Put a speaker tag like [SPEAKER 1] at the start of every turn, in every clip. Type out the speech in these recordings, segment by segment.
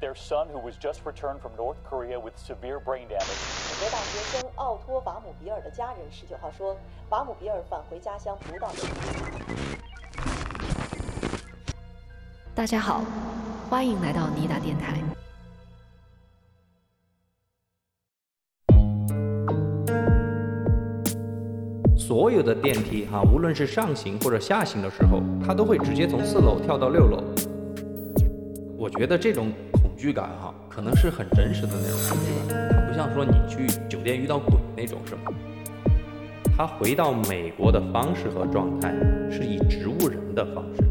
[SPEAKER 1] their son, who was just returned from North Korea with severe brain damage.
[SPEAKER 2] 美国大学生奥托·瓦姆比尔的家人十九号说，瓦姆比尔返回家乡不到。
[SPEAKER 3] 大家好，欢迎来到尼达电台。
[SPEAKER 4] 所有的电梯哈、无论是上行或者下行的时候，它都会直接从四楼跳到六楼。我觉得这种恐惧感哈、可能是很真实的那种恐惧感，它不像说你去酒店遇到鬼那种什么。他回到美国的方式和状态是以植物人的方式。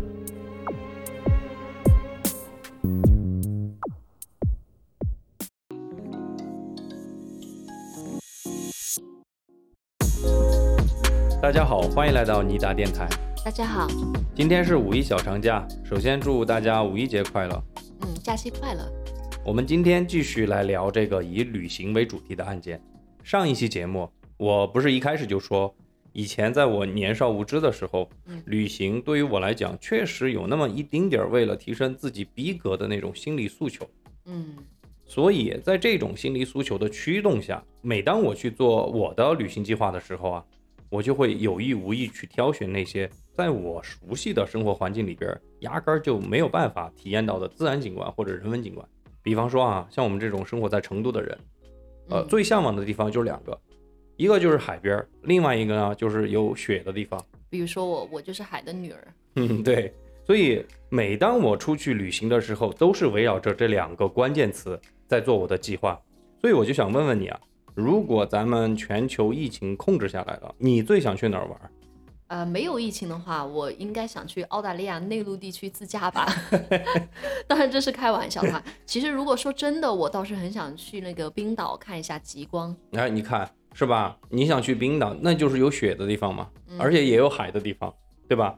[SPEAKER 4] 大家好，欢迎来到尼达电台。
[SPEAKER 3] 大家好，
[SPEAKER 4] 今天是五一小长假，首先祝大家五一节快乐。
[SPEAKER 3] 嗯，假期快乐。
[SPEAKER 4] 我们今天继续来聊这个以旅行为主题的案件。上一期节目，我不是一开始就说，以前在我年少无知的时候
[SPEAKER 3] 嗯，
[SPEAKER 4] 旅行对于我来讲，确实有那么一丁点儿为了提升自己逼格的那种心理诉求。
[SPEAKER 3] 嗯
[SPEAKER 4] 所以在这种心理诉求的驱动下，每当我去做我的旅行计划的时候啊，我就会有意无意去挑选那些在我熟悉的生活环境里边压根儿就没有办法体验到的自然景观或者人文景观。比方说啊，像我们这种生活在成都的人，呃，
[SPEAKER 3] 嗯
[SPEAKER 4] 最向往的地方就是两个，一个就是海边儿，另外一个呢就是有雪的地方。
[SPEAKER 3] 比如说我，我就是海的女儿。
[SPEAKER 4] 嗯，对。所以每当我出去旅行的时候，都是围绕着这两个关键词在做我的计划。所以我就想问问你啊，如果咱们全球疫情控制下来了，你最想去哪儿玩？
[SPEAKER 3] 呃，没有疫情的话，我应该想去澳大利亚内陆地区自驾 吧。当然这是开玩笑的话。其实如果说真的，我倒是很想去那个冰岛看一下极光。
[SPEAKER 4] 哎，你看是吧？你想去冰岛，那就是有雪的地方嘛，
[SPEAKER 3] 嗯
[SPEAKER 4] 而且也有海的地方，对吧？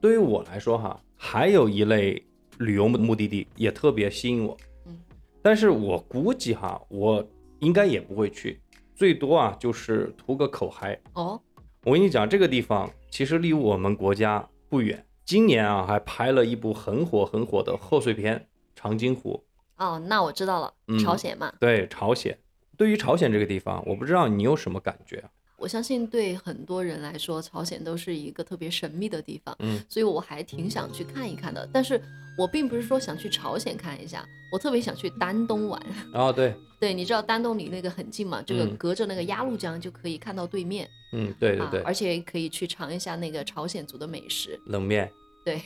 [SPEAKER 4] 对于我来说哈，还有一类旅游目的地也特别吸引我，
[SPEAKER 3] 嗯，
[SPEAKER 4] 但是我估计哈，我应该也不会去，最多啊就是图个口嗨。
[SPEAKER 3] 哦，
[SPEAKER 4] 我跟你讲，这个地方其实离我们国家不远。今年啊，还拍了一部很火很火的贺岁片《长津湖
[SPEAKER 3] 哦，那我知道了，
[SPEAKER 4] 嗯
[SPEAKER 3] 朝鲜嘛。》。
[SPEAKER 4] 对，朝鲜。对于朝鲜这个地方，我不知道你有什么感觉啊？
[SPEAKER 3] 我相信对很多人来说，朝鲜都是一个特别神秘的地方，
[SPEAKER 4] 嗯，
[SPEAKER 3] 所以我还挺想去看一看的。但是我并不是说想去朝鲜看一下，我特别想去丹东玩。
[SPEAKER 4] 哦，对，
[SPEAKER 3] 对，你知道丹东离那个很近嘛，这个
[SPEAKER 4] 嗯
[SPEAKER 3] 隔着那个鸭绿江就可以看到对面，
[SPEAKER 4] 嗯，对对
[SPEAKER 3] 啊，
[SPEAKER 4] 对，
[SPEAKER 3] 而且可以去尝一下那个朝鲜族的美食。
[SPEAKER 4] 冷面。
[SPEAKER 3] 对，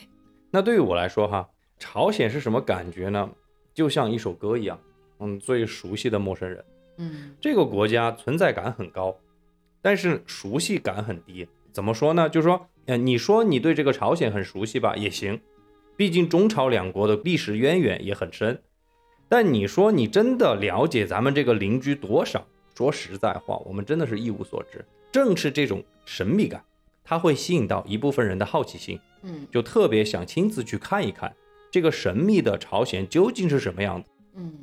[SPEAKER 4] 那对于我来说哈，朝鲜是什么感觉呢？就像一首歌一样，嗯，最熟悉的陌生人。
[SPEAKER 3] 嗯
[SPEAKER 4] 这个国家存在感很高，但是熟悉感很低。怎么说呢？就是说，呃，你说你对这个朝鲜很熟悉吧，也行，毕竟中朝两国的历史渊源也很深。但你说你真的了解咱们这个邻居多少？说实在话，我们真的是一无所知。正是这种神秘感，它会吸引到一部分人的好奇心，
[SPEAKER 3] 嗯
[SPEAKER 4] 就特别想亲自去看一看这个神秘的朝鲜究竟是什么样子。
[SPEAKER 3] 嗯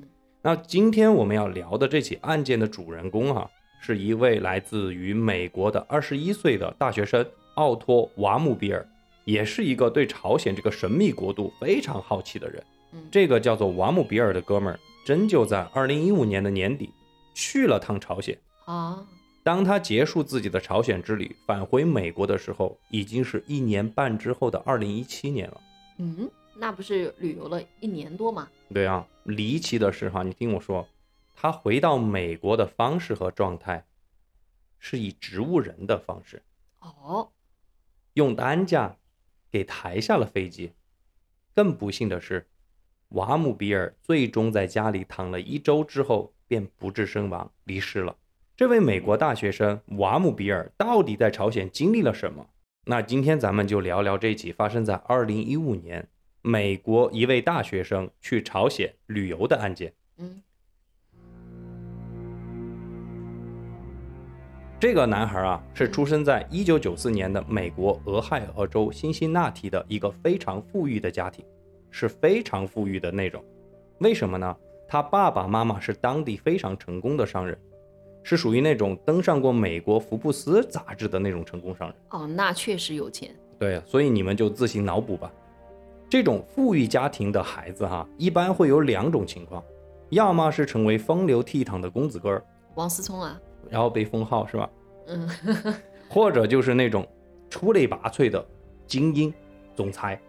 [SPEAKER 4] 那今天我们要聊的这起案件的主人公啊，是一位来自于美国的二十一岁的大学生奥托·瓦姆比尔，也是一个对朝鲜这个神秘国度非常好奇的人。
[SPEAKER 3] 嗯，
[SPEAKER 4] 这个叫做瓦姆比尔的哥们儿，真就在二零一五年的年底去了趟朝鲜。
[SPEAKER 3] 啊，
[SPEAKER 4] 当他结束自己的朝鲜之旅，返回美国的时候，已经是一年半之后的二零一七年了。
[SPEAKER 3] 嗯，那不是旅游了一年多嘛？
[SPEAKER 4] 对啊，离奇的是哈，你听我说，他回到美国的方式和状态，是以植物人的方式，
[SPEAKER 3] 哦，
[SPEAKER 4] 用担架给抬下了飞机。更不幸的是，瓦姆比尔最终在家里躺了一周之后便不治身亡，离世了。这位美国大学生瓦姆比尔到底在朝鲜经历了什么？那今天咱们就聊聊这起发生在2015年美国一位大学生去朝鲜旅游的案件。
[SPEAKER 3] 嗯
[SPEAKER 4] 这个男孩啊，是出生在1994年的美国俄亥俄州辛辛那提的一个非常富裕的家庭，是非常富裕的那种。为什么呢？他爸爸妈妈是当地非常成功的商人，是属于那种登上过美国福布斯杂志的那种成功商人。啊
[SPEAKER 3] 哦，那确实有钱。
[SPEAKER 4] 对，所以你们就自行脑补吧。这种富裕家庭的孩子哈、一般会有两种情况，要么是成为风流倜傥的公子哥儿，
[SPEAKER 3] 王思聪啊，
[SPEAKER 4] 然后被封号是吧？
[SPEAKER 3] 嗯，
[SPEAKER 4] 或者就是那种出类拔萃的精英总裁。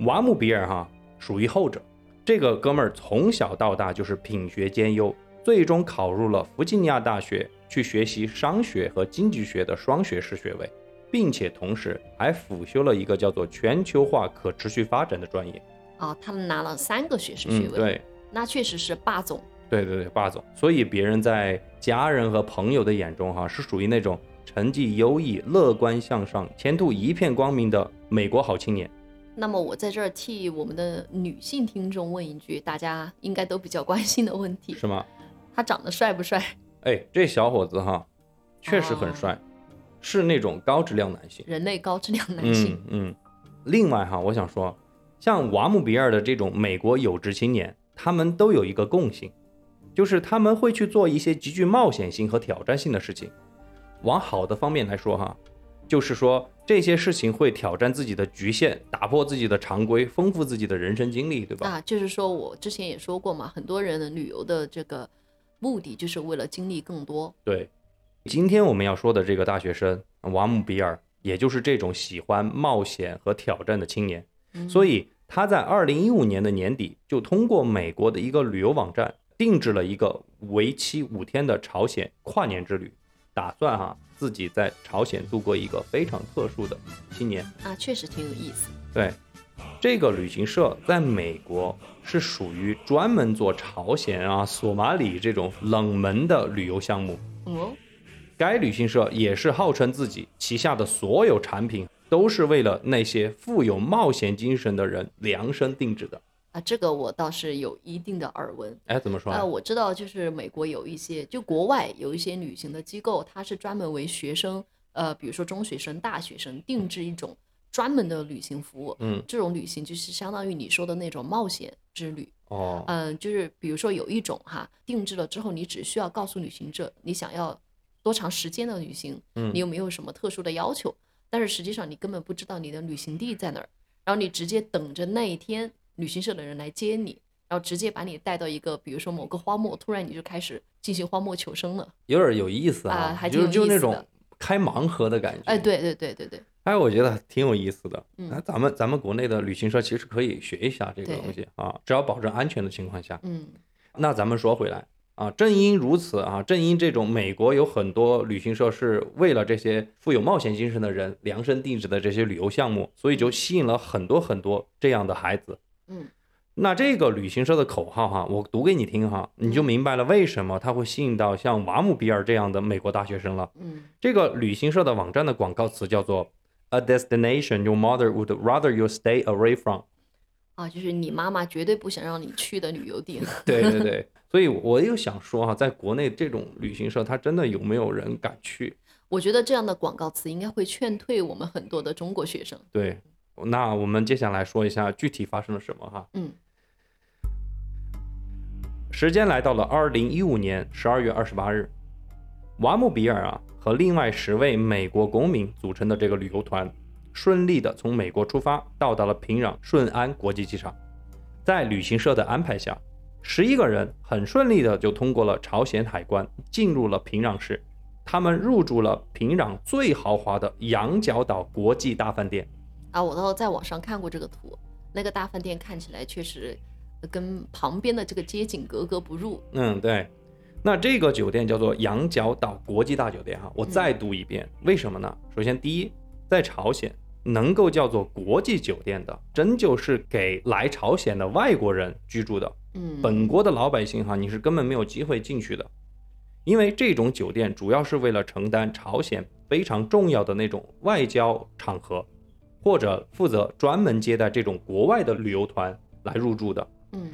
[SPEAKER 4] 瓦姆比尔哈、属于后者，这个哥们儿从小到大就是品学兼优，最终考入了弗吉尼亚大学去学习商学和经济学的双学士学位，并且同时还辅修了一个叫做全球化可持续发展的专业。
[SPEAKER 3] 哦，他拿了三个学士学
[SPEAKER 4] 嗯，
[SPEAKER 3] 位，
[SPEAKER 4] 对，
[SPEAKER 3] 那确实是霸总。
[SPEAKER 4] 对对对，霸总。所以别人在家人和朋友的眼中、哈，是属于那种成绩优异、乐观向上、前途一片光明的美国好青年。
[SPEAKER 3] 那么我在这儿替我们的女性听众问一句，大家应该都比较关心的问题：
[SPEAKER 4] 是吗？
[SPEAKER 3] 他长得帅不帅？
[SPEAKER 4] 哎，这小伙子哈，确实很
[SPEAKER 3] 哦
[SPEAKER 4] 帅，是那种高质量男性。
[SPEAKER 3] 人类高质量男性，
[SPEAKER 4] 嗯嗯。另外哈，我想说，像瓦姆比尔的这种美国有志青年，他们都有一个共性，就是他们会去做一些极具冒险性和挑战性的事情。往好的方面来说哈，就是说这些事情会挑战自己的局限，打破自己的常规，丰富自己的人生经历，对吧？
[SPEAKER 3] 那啊就是说我之前也说过嘛，很多人的旅游的这个目的就是为了经历更多。
[SPEAKER 4] 对，今天我们要说的这个大学生瓦姆比尔，也就是这种喜欢冒险和挑战的青年。所
[SPEAKER 3] 以
[SPEAKER 4] 以他在二零一五年的年底就通过美国的一个旅游网站定制了一个为期五天的朝鲜跨年之旅，打算哈、自己在朝鲜度过一个非常特殊的新年。
[SPEAKER 3] 啊，确实挺有意思。
[SPEAKER 4] 对，这个旅行社在美国是属于专门做朝鲜啊、索马里这种冷门的旅游项目。
[SPEAKER 3] 哦，
[SPEAKER 4] 该旅行社也是号称自己旗下的所有产品都是为了那些富有冒险精神的人量身定制的。
[SPEAKER 3] 啊，这个我倒是有一定的耳闻。
[SPEAKER 4] 哎，怎么说啊？
[SPEAKER 3] 呃，我知道，就是美国有一些，就国外有一些旅行的机构，它是专门为学生，呃，比如说中学生、大学生定制一种专门的旅行服务。
[SPEAKER 4] 嗯，
[SPEAKER 3] 这种旅行就是相当于你说的那种冒险之旅。
[SPEAKER 4] 哦，
[SPEAKER 3] 嗯、就是比如说有一种哈，定制了之后，你只需要告诉旅行者你想要多长时间的旅行，
[SPEAKER 4] 嗯
[SPEAKER 3] 你有没有什么特殊的要求？但是实际上你根本不知道你的旅行地在哪儿，然后你直接等着那一天旅行社的人来接你，然后直接把你带到一个比如说某个荒漠，突然你就开始进行荒漠求生了。
[SPEAKER 4] 有点有意思
[SPEAKER 3] 啊
[SPEAKER 4] 啊，
[SPEAKER 3] 还
[SPEAKER 4] 就
[SPEAKER 3] 挺
[SPEAKER 4] 是就
[SPEAKER 3] 有
[SPEAKER 4] 是
[SPEAKER 3] 意
[SPEAKER 4] 那
[SPEAKER 3] 思的
[SPEAKER 4] 种开盲盒的感觉。
[SPEAKER 3] 哎，，对对对对对，
[SPEAKER 4] 哎，我觉得挺有意思的。
[SPEAKER 3] 嗯
[SPEAKER 4] 那咱们咱们国内的旅行社其实可以学一下这个
[SPEAKER 3] 对
[SPEAKER 4] 东西啊，只要保证安全的情况下。
[SPEAKER 3] 嗯，
[SPEAKER 4] 那咱们说回来啊，正因如此啊，正因这种美国有很多旅行社是为了这些富有冒险精神的人量身定制的这些旅游项目，所以就吸引了很多很多这样的孩子。
[SPEAKER 3] 嗯，
[SPEAKER 4] 那这个旅行社的口号哈，我读给你听哈，你就明白了为什么它会吸引到像瓦姆比尔这样的美国大学生了。
[SPEAKER 3] 嗯，
[SPEAKER 4] 这个旅行社的网站的广告词叫做 "A destination your mother would rather you stay away from"。
[SPEAKER 3] 啊，就是你妈妈绝对不想让你去的旅游地。
[SPEAKER 4] 对对对，所以我又想说哈、在国内这种旅行社，它真的有没有人敢去？
[SPEAKER 3] 我觉得这样的广告词应该会劝退我们很多的中国学生。
[SPEAKER 4] 对，那我们接下来说一下具体发生了什么哈。
[SPEAKER 3] 嗯，
[SPEAKER 4] 时间来到了二零一五年十二月二十八日，瓦姆比尔啊和另外十位美国公民组成的这个旅游团，顺利的从美国出发，到达了平壤顺安国际机场。在旅行社的安排下，十一个人很顺利的就通过了朝鲜海关，进入了平壤市。他们入住了平壤最豪华的羊角岛国际大饭店。
[SPEAKER 3] 啊，我倒在网上看过这个图，那个大饭店看起来确实呃跟旁边的这个街景格格不入。
[SPEAKER 4] 嗯，对。那这个酒店叫做羊角岛国际大酒店哈，我再读一遍，为什么呢？首先，第一，在朝鲜能够叫做国际酒店的，真就是给来朝鲜的外国人居住的，
[SPEAKER 3] 嗯，
[SPEAKER 4] 本国的老百姓哈，你是根本没有机会进去的，因为这种酒店主要是为了承担朝鲜非常重要的那种外交场合，或者负责专门接待这种国外的旅游团来入住的。
[SPEAKER 3] 嗯，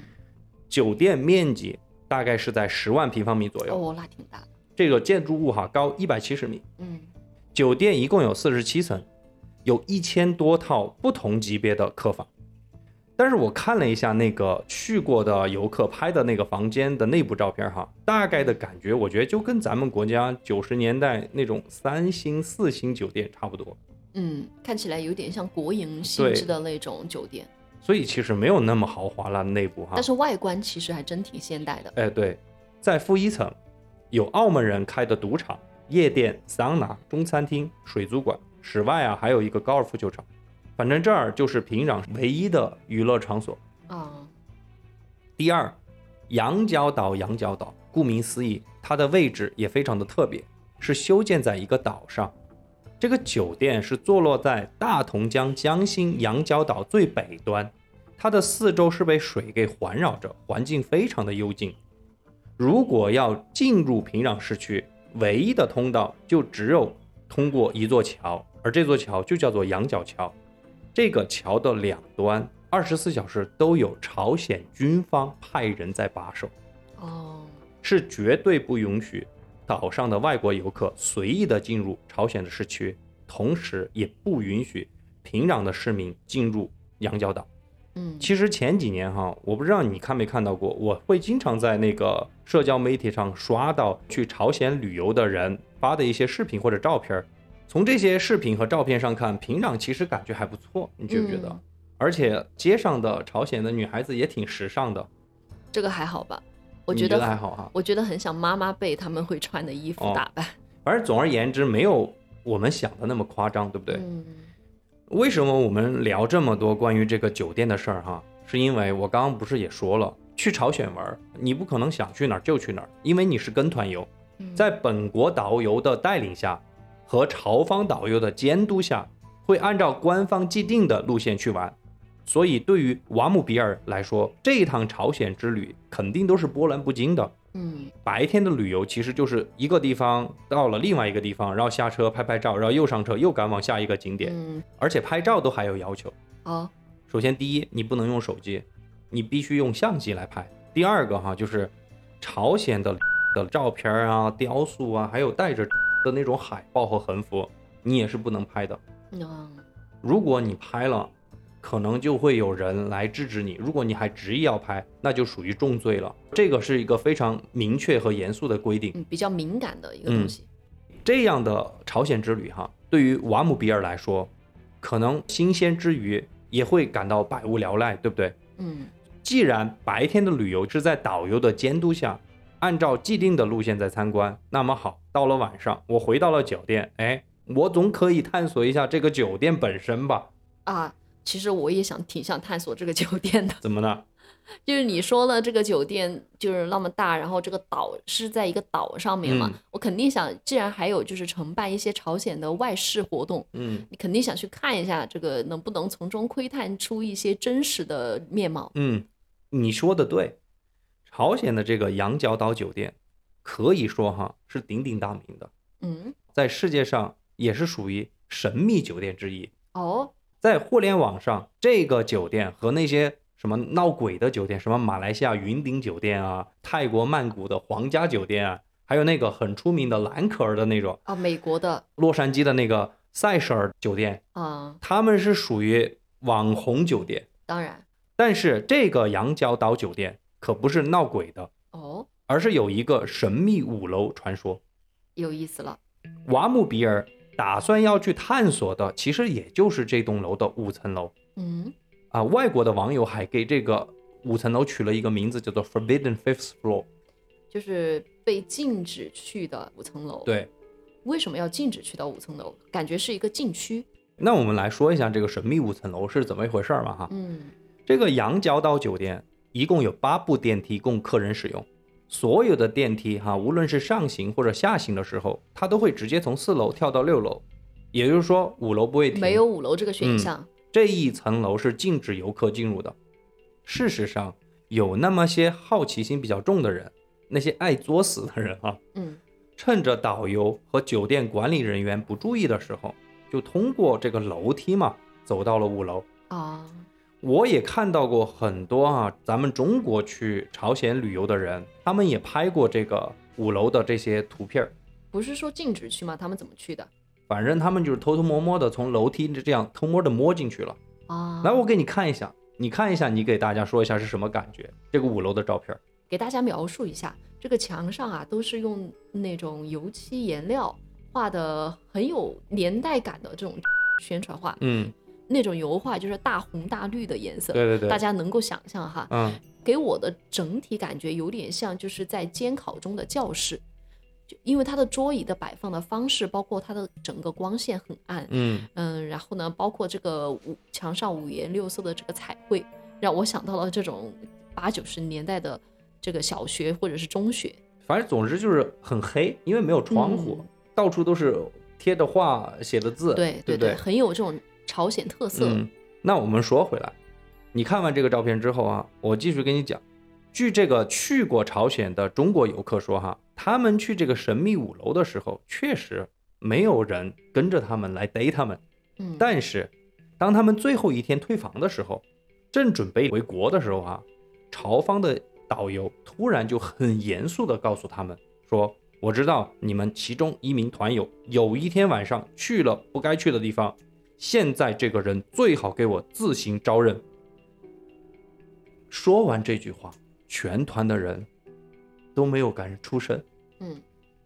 [SPEAKER 4] 酒店面积大概是在十万平方米左右。
[SPEAKER 3] 哦，那挺大的。
[SPEAKER 4] 这个建筑物哈高一百七十米，
[SPEAKER 3] 嗯，
[SPEAKER 4] 酒店一共有四十七层，有一千多套不同级别的客房。但是我看了一下那个去过的游客拍的那个房间的内部照片哈，大概的感觉，我觉得就跟咱们国家九十年代那种三星、四星酒店差不多。
[SPEAKER 3] 嗯，看起来有点像国营性
[SPEAKER 4] 对
[SPEAKER 3] 质的那种酒店。
[SPEAKER 4] 所以其实没有那么豪华啦，内部哈。
[SPEAKER 3] 但是外观其实还真挺现代的。
[SPEAKER 4] 哎，对，在负一层有澳门人开的赌场、夜店、桑拿、中餐厅、水族馆，室外啊还有一个高尔夫球场。反正这儿就是平壤唯一的娱乐场所。
[SPEAKER 3] 啊，
[SPEAKER 4] 第二，羊角岛，羊角岛，顾名思义，它的位置也非常的特别，是修建在一个岛上。这个酒店是坐落在大同江江心羊角岛最北端，它的四周是被水给环绕着，环境非常的幽静。如果要进入平壤市区，唯一的通道就只有通过一座桥，而这座桥就叫做羊角桥。这个桥的两端二十四小时都有朝鲜军方派人在把守，
[SPEAKER 3] 哦，
[SPEAKER 4] 是绝对不允许岛上的外国游客随意的进入朝鲜的市区，同时也不允许平壤的市民进入羊角岛。
[SPEAKER 3] 嗯，
[SPEAKER 4] 其实前几年哈，我不知道你看没看到过，我会经常在那个社交媒体上刷到去朝鲜旅游的人发的一些视频或者照片儿。从这些视频和照片上看，平壤其实感觉还不错，你觉不觉得？
[SPEAKER 3] 嗯
[SPEAKER 4] 而且街上的朝鲜的女孩子也挺时尚的，
[SPEAKER 3] 这个还好吧？我
[SPEAKER 4] 你
[SPEAKER 3] 觉
[SPEAKER 4] 觉
[SPEAKER 3] 得
[SPEAKER 4] 得还好哈。
[SPEAKER 3] 我觉得很像妈妈辈他们会穿的衣服
[SPEAKER 4] 哦
[SPEAKER 3] 打扮。
[SPEAKER 4] 反正总而言之，没有我们想的那么夸张，对不对？
[SPEAKER 3] 嗯
[SPEAKER 4] 为什么我们聊这么多关于这个酒店的事儿哈？是因为我刚刚不是也说了，去朝鲜玩儿，你不可能想去哪儿就去哪儿，因为你是跟团游，
[SPEAKER 3] 嗯
[SPEAKER 4] 在本国导游的带领下和朝方导游的监督下，会按照官方既定的路线去玩。所以对于瓦姆比尔来说，这一趟朝鲜之旅肯定都是波澜不惊的。
[SPEAKER 3] 嗯
[SPEAKER 4] 白天的旅游其实就是一个地方到了另外一个地方，然后下车拍拍照，然后又上车又赶往下一个景点。
[SPEAKER 3] 嗯，
[SPEAKER 4] 而且拍照都还有要求。
[SPEAKER 3] 好，
[SPEAKER 4] 首先，第一，你不能用手机，你必须用相机来拍。第二个哈，就是朝鲜的的照片啊、雕塑啊，还有带着的那种海报和横幅，你也是不能拍的。
[SPEAKER 3] 嗯
[SPEAKER 4] 如果你拍了，可能就会有人来制止你。如果你还执意要拍，那就属于重罪了。这个是一个非常明确和严肃的规定。
[SPEAKER 3] 嗯，比较敏感的一个东
[SPEAKER 4] 嗯
[SPEAKER 3] 西。
[SPEAKER 4] 这样的朝鲜之旅哈，对于瓦姆比尔来说，可能新鲜之余也会感到百无聊赖，对不对？
[SPEAKER 3] 嗯
[SPEAKER 4] 既然白天的旅游是在导游的监督下，按照既定的路线在参观，那么好，到了晚上我回到了酒店，哎，我总可以探索一下这个酒店本身吧？
[SPEAKER 3] 啊，其实我也想挺想探索这个酒店的。
[SPEAKER 4] 怎么呢？
[SPEAKER 3] 就是你说了这个酒店就是那么大，然后这个岛是在一个岛上面嘛，
[SPEAKER 4] 嗯
[SPEAKER 3] 我肯定想，既然还有就是承办一些朝鲜的外事活动，
[SPEAKER 4] 嗯
[SPEAKER 3] 你肯定想去看一下这个能不能从中窥探出一些真实的面貌。
[SPEAKER 4] 嗯，你说的对，朝鲜的这个羊角岛酒店，可以说哈是鼎鼎大名的，
[SPEAKER 3] 嗯，
[SPEAKER 4] 在世界上也是属于神秘酒店之一。
[SPEAKER 3] 哦，
[SPEAKER 4] 在互联网上，这个酒店和那些什么闹鬼的酒店，什么马来西亚云顶酒店啊、泰国曼谷的皇家酒店啊，还有那个很出名的蓝可儿的那种
[SPEAKER 3] 啊，美国的
[SPEAKER 4] 洛杉矶的那个塞舍尔酒店，
[SPEAKER 3] 啊，
[SPEAKER 4] 他们是属于网红酒店。
[SPEAKER 3] 当然，
[SPEAKER 4] 但是这个羊角岛酒店可不是闹鬼的，
[SPEAKER 3] 哦，
[SPEAKER 4] 而是有一个神秘五楼传说。
[SPEAKER 3] 有意思了。
[SPEAKER 4] 瓦姆比尔打算要去探索的，其实也就是这栋楼的五层楼。
[SPEAKER 3] 嗯，
[SPEAKER 4] 啊，外国的网友还给这个五层楼取了一个名字，叫做 Forbidden Fifth Floor。
[SPEAKER 3] 就是被禁止去的五层楼。，
[SPEAKER 4] 对，
[SPEAKER 3] 为什么要禁止去到五层楼？感觉是一个禁区。
[SPEAKER 4] 那我们来说一下这个神秘五层楼是怎么一回事儿嘛哈。
[SPEAKER 3] 嗯，
[SPEAKER 4] 这个羊角岛酒店一共有八部电梯供客人使用，所有的电梯哈、无论是上行或者下行的时候，它都会直接从四楼跳到六楼，也就是说五楼不会停。
[SPEAKER 3] 没有五楼这个选
[SPEAKER 4] 嗯
[SPEAKER 3] 项。
[SPEAKER 4] 这一层楼是禁止游客进入的。事实上，有那么些好奇心比较重的人，那些爱作死的人啊，
[SPEAKER 3] 嗯
[SPEAKER 4] 趁着导游和酒店管理人员不注意的时候，就通过这个楼梯嘛，走到了五楼。
[SPEAKER 3] 啊，
[SPEAKER 4] 我也看到过很多啊，咱们中国去朝鲜旅游的人，他们也拍过这个五楼的这些图片儿。
[SPEAKER 3] 不是说禁止去吗？他们怎么去的
[SPEAKER 4] 反正他们就是偷偷摸摸的从楼梯这样偷摸的摸进去了。
[SPEAKER 3] 啊？
[SPEAKER 4] 来，我给你看一下，你看一下，你给大家说一下是什么感觉？这个五楼的照片儿，
[SPEAKER 3] 给大家描述一下，这个墙上啊都是用那种油漆颜料画的很有年代感的这种宣传画，
[SPEAKER 4] 嗯，
[SPEAKER 3] 那种油画就是大红大绿的颜色，
[SPEAKER 4] 对对对，
[SPEAKER 3] 大家能够想象哈，
[SPEAKER 4] 嗯
[SPEAKER 3] 给我的整体感觉有点像就是在监考中的教室，就因为它的桌椅的摆放的方式，包括它的整个光线很暗，
[SPEAKER 4] 嗯
[SPEAKER 3] 嗯，然后呢，包括这个五墙上五颜六色的这个彩绘，让我想到了这种八九十年代的这个小学或者是中学，
[SPEAKER 4] 反正总之就是很黑，因为没有窗户，到处都是贴着画写的字，
[SPEAKER 3] 嗯对
[SPEAKER 4] 对不
[SPEAKER 3] 对，很有这种朝鲜特色，
[SPEAKER 4] 嗯，那我们说回来，你看完这个照片之后啊，我继续跟你讲，据这个去过朝鲜的中国游客说哈，他们去这个神秘五楼的时候，确实没有人跟着他们来逮他们，
[SPEAKER 3] 嗯，
[SPEAKER 4] 但是当他们最后一天退房的时候，正准备回国的时候啊，朝方的导游突然就很严肃地告诉他们说：“我知道你们其中一名团友有一天晚上去了不该去的地方，现在这个人最好给我自行招认。”说完这句话，全团的人都没有敢出声。
[SPEAKER 3] 嗯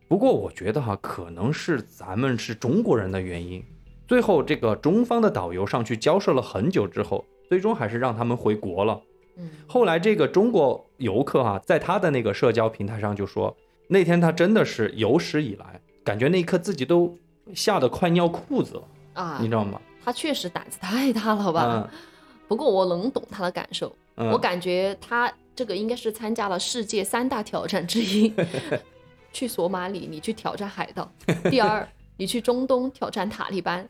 [SPEAKER 4] 不过我觉得哈、可能是咱们是中国人的原因。最后，这个中方的导游上去交涉了很久之后，最终还是让他们回国了。
[SPEAKER 3] 嗯
[SPEAKER 4] 后来，这个中国游客啊，在他的那个社交平台上就说，那天他真的是有史以来，感觉那一刻自己都吓得快尿裤子了，
[SPEAKER 3] 啊
[SPEAKER 4] 你，知道吗？
[SPEAKER 3] 他确实胆子太大了吧？不过我能懂他的感受，
[SPEAKER 4] 嗯，嗯
[SPEAKER 3] 我感觉他这个应该是参加了世界三大挑战之 一。去索马里，你去挑战海盗；第二，你去中东挑战塔利 班。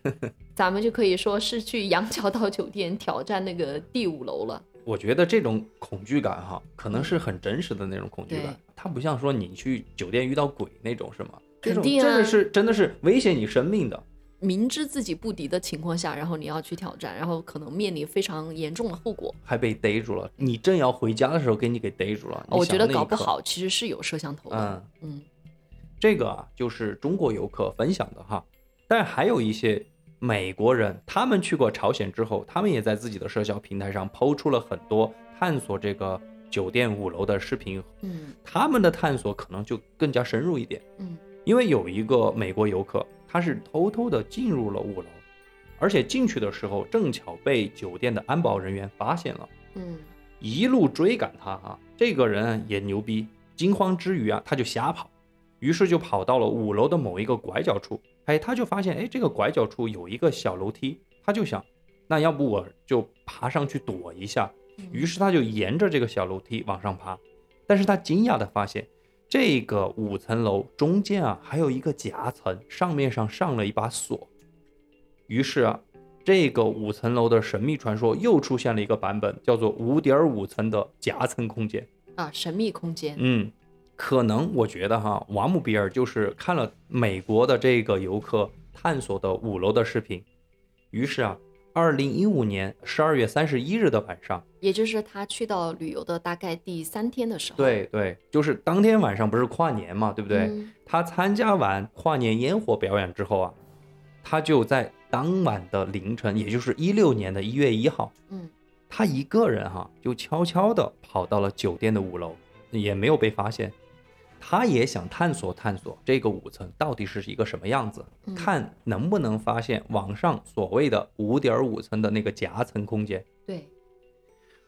[SPEAKER 3] 咱们就可以说是去羊角岛酒店挑战那个第五楼了。
[SPEAKER 4] 我觉得这种恐惧感哈，可能是很真实的那种恐惧
[SPEAKER 3] 对
[SPEAKER 4] 感，它不像说你去酒店遇到鬼那种，是吗？这种
[SPEAKER 3] 肯定啊
[SPEAKER 4] 真的是真的是威胁你生命的。
[SPEAKER 3] 明知自己不敌的情况下，然后你要去挑战，然后可能面临非常严重的后果。
[SPEAKER 4] 还被逮住了。你正要回家的时候，给你给逮住了。你
[SPEAKER 3] 我觉
[SPEAKER 4] 想
[SPEAKER 3] 得
[SPEAKER 4] 那一
[SPEAKER 3] 搞不
[SPEAKER 4] 刻，
[SPEAKER 3] 好其实是有摄像头的。
[SPEAKER 4] 嗯，
[SPEAKER 3] 嗯
[SPEAKER 4] 这个啊，就是中国游客分享的哈。但还有一些美国人，他们去过朝鲜之后，他们也在自己的社交平台上抛出了很多探索这个酒店五楼的视频。
[SPEAKER 3] 嗯
[SPEAKER 4] 他们的探索可能就更加深入一点，
[SPEAKER 3] 嗯
[SPEAKER 4] 因为有一个美国游客，他是偷偷的进入了五楼，而且进去的时候正巧被酒店的安保人员发现了。
[SPEAKER 3] 嗯
[SPEAKER 4] 一路追赶他啊。这个人也牛逼，惊慌之余啊，他就瞎跑，于是就跑到了五楼的某一个拐角处。哎，他就发现，哎，这个拐角处有一个小楼梯，他就想，那要不我就爬上去躲一下。
[SPEAKER 3] 嗯
[SPEAKER 4] 于是他就沿着这个小楼梯往上爬，但是他惊讶地发现，这个五层楼中间啊还有一个夹层，上面上上了一把锁。于是啊，这个五层楼的神秘传说又出现了一个版本，叫做五点五层的夹层空间。
[SPEAKER 3] 啊，神秘空间。
[SPEAKER 4] 嗯，可能我觉得哈，瓦姆比尔就是看了美国的这个游客探索的五楼的视频，于是啊，二零一五年十二月三十一日的晚上。
[SPEAKER 3] 也就是他去到旅游的大概第三天的时候，
[SPEAKER 4] 对对，就是当天晚上不是跨年嘛，对不对？
[SPEAKER 3] 嗯
[SPEAKER 4] 他参加完跨年烟火表演之后啊，他就在当晚的凌晨，也就是一六年的一月一号，
[SPEAKER 3] 嗯
[SPEAKER 4] 他一个人哈、就悄悄地跑到了酒店的五楼，也没有被发现。他也想探索探索这个五层到底是一个什么样子，
[SPEAKER 3] 嗯
[SPEAKER 4] 看能不能发现网上所谓的五点五层的那个夹层空间。
[SPEAKER 3] 对，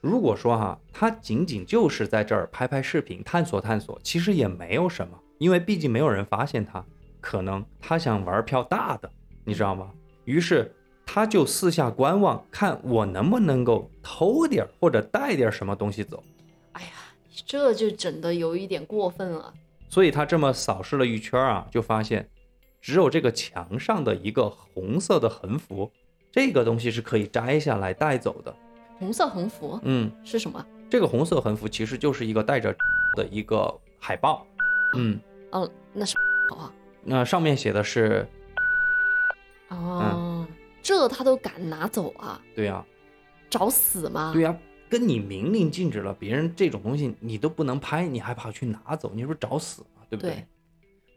[SPEAKER 4] 如果说哈、他仅仅就是在这儿拍拍视频、探索探索，其实也没有什么，因为毕竟没有人发现他。可能他想玩票大的，你知道吗？于是他就四下观望，看我能不能够偷点儿或者带点儿什么东西走。
[SPEAKER 3] 哎呀，这就整的有一点过分了。
[SPEAKER 4] 所以他这么扫视了一圈啊，就发现只有这个墙上的一个红色的横幅，这个东西是可以摘下来带走的。
[SPEAKER 3] 红色横幅
[SPEAKER 4] 嗯，
[SPEAKER 3] 是什么？
[SPEAKER 4] 这个红色横幅其实就是一个带着的一个海报，嗯，
[SPEAKER 3] 哦，那是 啊，
[SPEAKER 4] 那上面写的是，
[SPEAKER 3] 哦，这他都敢拿走啊，
[SPEAKER 4] 对呀、
[SPEAKER 3] 找死吗？
[SPEAKER 4] 对呀、跟你明令禁止了，别人这种东西你都不能拍，你还跑去拿走，你是不是找死啊？对不对？
[SPEAKER 3] 对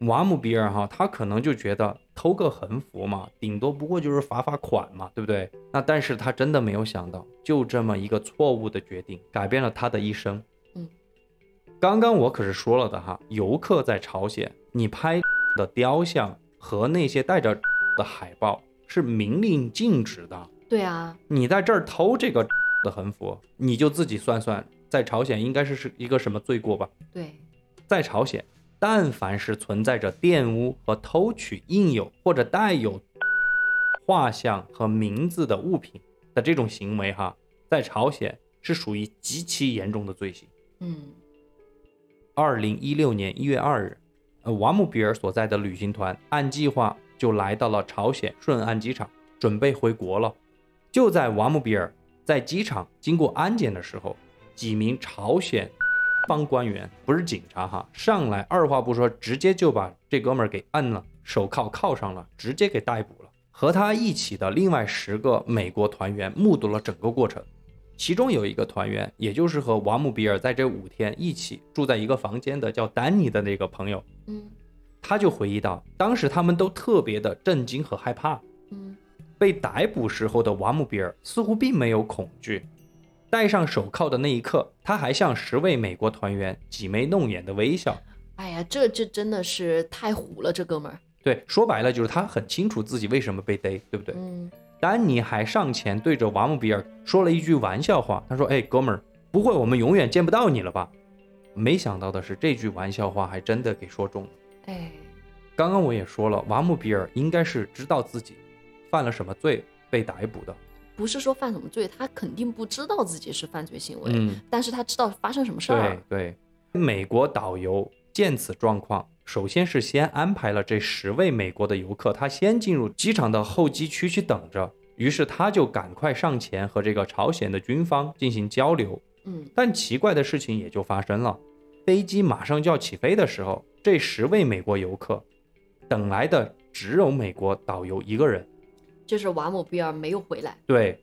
[SPEAKER 4] 瓦姆比尔哈，他可能就觉得偷个横幅嘛，顶多不过就是罚罚款嘛，对不对？那但是他真的没有想到，就这么一个错误的决定，改变了他的一生。
[SPEAKER 3] 嗯，
[SPEAKER 4] 刚刚我可是说了的哈，游客在朝鲜，你拍的雕像和那些带着的海报是明令禁止的。
[SPEAKER 3] 对啊，
[SPEAKER 4] 你在这儿偷这个的横幅，你就自己算算，在朝鲜应该是是一个什么罪过吧？
[SPEAKER 3] 对，
[SPEAKER 4] 在朝鲜，但凡是存在着玷污和偷取印有或者带有画像和名字的物品的这种行为，哈，在朝鲜是属于极其严重的罪行。
[SPEAKER 3] 嗯
[SPEAKER 4] 二零一六年一月二日，呃，瓦姆比尔所在的旅行团按计划就来到了朝鲜顺安机场，准备回国了。就在瓦姆比尔在机场经过安检的时候，几名朝鲜方官员不是警察哈，上来二话不说，直接就把这哥们儿给摁了，手铐铐上了，直接给逮捕了。和他一起的另外十个美国团员目睹了整个过程。其中有一个团员，也就是和瓦姆比尔在这五天一起住在一个房间的叫丹尼的那个朋友，
[SPEAKER 3] 嗯
[SPEAKER 4] 他就回忆到，当时他们都特别的震惊和害怕。
[SPEAKER 3] 嗯
[SPEAKER 4] 被逮捕时候的瓦姆比尔似乎并没有恐惧，戴上手铐的那一刻，他还向十位美国团员挤眉弄眼的微笑。
[SPEAKER 3] 哎呀，这这真的是太虎了，这哥们儿。
[SPEAKER 4] 对，说白了就是他很清楚自己为什么被逮，对不对？
[SPEAKER 3] 嗯，
[SPEAKER 4] 丹尼还上前对着瓦姆比尔说了一句玩笑话，他说：“哎，哥们儿，不会我们永远见不到你了吧？”没想到的是，这句玩笑话还真的给说中了。
[SPEAKER 3] 哎，
[SPEAKER 4] 刚刚我也说了，瓦姆比尔应该是知道自己犯了什么罪被逮捕的。
[SPEAKER 3] 不是说犯什么罪，他肯定不知道自己是犯罪行为，
[SPEAKER 4] 嗯，
[SPEAKER 3] 但是他啊知道发生什么事儿
[SPEAKER 4] 对。对。美国导游见此状况，首先是先安排了这十位美国的游客，他先进入机场的候机区去等着。于是他就赶快上前和这个朝鲜的军方进行交流，
[SPEAKER 3] 嗯
[SPEAKER 4] 但奇怪的事情也就发生了，飞机马上就要起飞的时候，这十位美国游客等来的只有美国导游一个人，
[SPEAKER 3] 就是瓦姆比尔没有回来。
[SPEAKER 4] 对，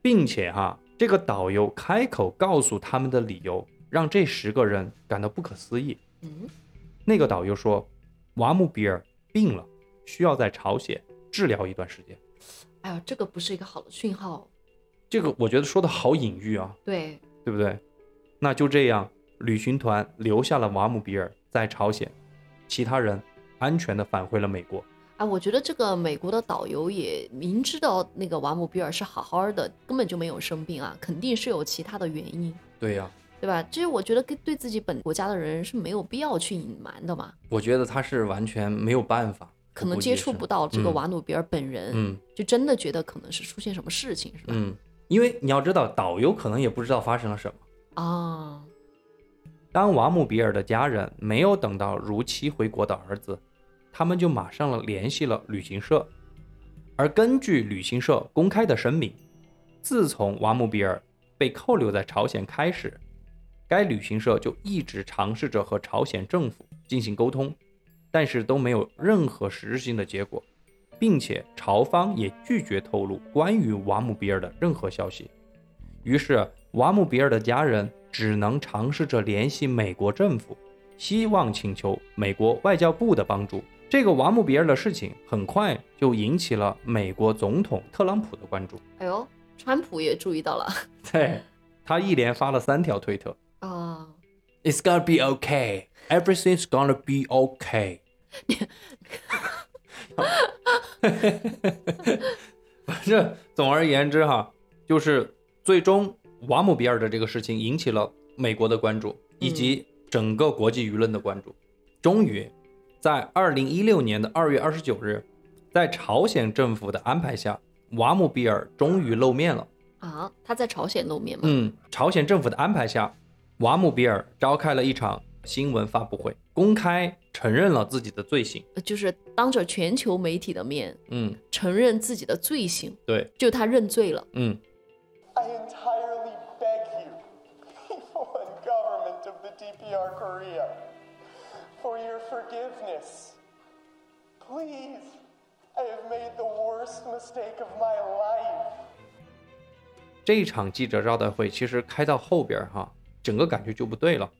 [SPEAKER 4] 并且哈、这个导游开口告诉他们的理由，让这十个人感到不可思议。
[SPEAKER 3] 嗯，
[SPEAKER 4] 那个导游说，瓦姆比尔病了，需要在朝鲜治疗一段时间。
[SPEAKER 3] 哎呦，这个不是一个好的讯号。
[SPEAKER 4] 这个我觉得说的好隐喻啊，
[SPEAKER 3] 对，
[SPEAKER 4] 对不对？那就这样，旅行团留下了瓦姆比尔在朝鲜，其他人安全的返回了美国。
[SPEAKER 3] 哎，我觉得这个美国的导游也明知道那个瓦姆比尔是好好的，根本就没有生病啊，肯定是有其他的原因，
[SPEAKER 4] 对呀、
[SPEAKER 3] 对吧？这我觉得跟对自己本国家的人是没有必要去隐瞒的嘛。
[SPEAKER 4] 我觉得他是完全没有办法，
[SPEAKER 3] 可能接触不
[SPEAKER 4] 到。
[SPEAKER 3] 到这个
[SPEAKER 4] 嗯
[SPEAKER 3] 瓦努比尔本人，
[SPEAKER 4] 嗯
[SPEAKER 3] 就真的觉得可能是出现什么事情，是吧？
[SPEAKER 4] 嗯，因为你要知道，导游可能也不知道发生了什么。
[SPEAKER 3] 啊，
[SPEAKER 4] 当瓦姆比尔的家人没有等到如期回国的儿子，他们就马上了联系了旅行社。而根据旅行社公开的声明，自从瓦姆比尔被扣留在朝鲜开始，该旅行社就一直尝试着和朝鲜政府进行沟通，但是都没有任何实质性的结果，并且朝方也拒绝透露关于瓦姆比尔的任何消息。于是，瓦姆比尔的家人只能尝试着联系美国政府，希望请求美国外交部的帮助。这个瓦姆比尔的事情很快就引起了美国总统特朗普的关注，
[SPEAKER 3] 哎呦，川普也注意到了
[SPEAKER 4] 对他一连发了三条推特
[SPEAKER 3] 啊，
[SPEAKER 4] ：“It's gonna be okay, everything's gonna be okay。”反正总而言之哈，就是最终瓦姆比尔的这个事情引起了美国的关注，以及整个国际舆论的关注。终于，在二零一六年的二月二十九日，在朝鲜政府的安排下，瓦姆比尔终于露面了。
[SPEAKER 3] 啊，他在朝鲜露面嘛，
[SPEAKER 4] 嗯，朝鲜政府的安排下，瓦姆比尔召开了一场新闻发布会，公开承认了自己的罪行。
[SPEAKER 3] 就是当着全球媒体的面
[SPEAKER 4] 嗯，
[SPEAKER 3] 承认自己的罪行，
[SPEAKER 4] 对，
[SPEAKER 3] 就他认罪了。
[SPEAKER 4] 嗯，
[SPEAKER 5] I entirely beg you, people and government of the DPR Korea, for your forgiveness. Please, I have made the worst mistake of my life.
[SPEAKER 4] 这一场记者招待会其实开到后边儿哈，整个感觉就不对了，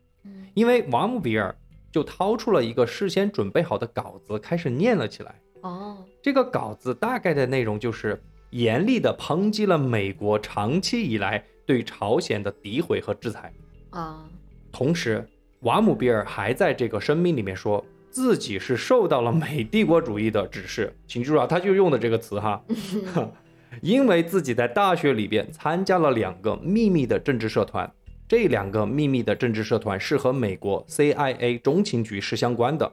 [SPEAKER 4] 因为瓦姆比尔就掏出了一个事先准备好的稿子，开始念了起来。
[SPEAKER 3] 哦，
[SPEAKER 4] 这个稿子大概的内容就是严厉地抨击了美国长期以来对朝鲜的诋毁和制裁。
[SPEAKER 3] 啊，
[SPEAKER 4] 同时，瓦姆比尔还在这个声明里面说自己是受到了美帝国主义的指示，请注意啊，他就用的这个词哈，因为自己在大学里边参加了两个秘密的政治社团，这两个秘密的政治社团是和美国 CIA 中情局是相关的。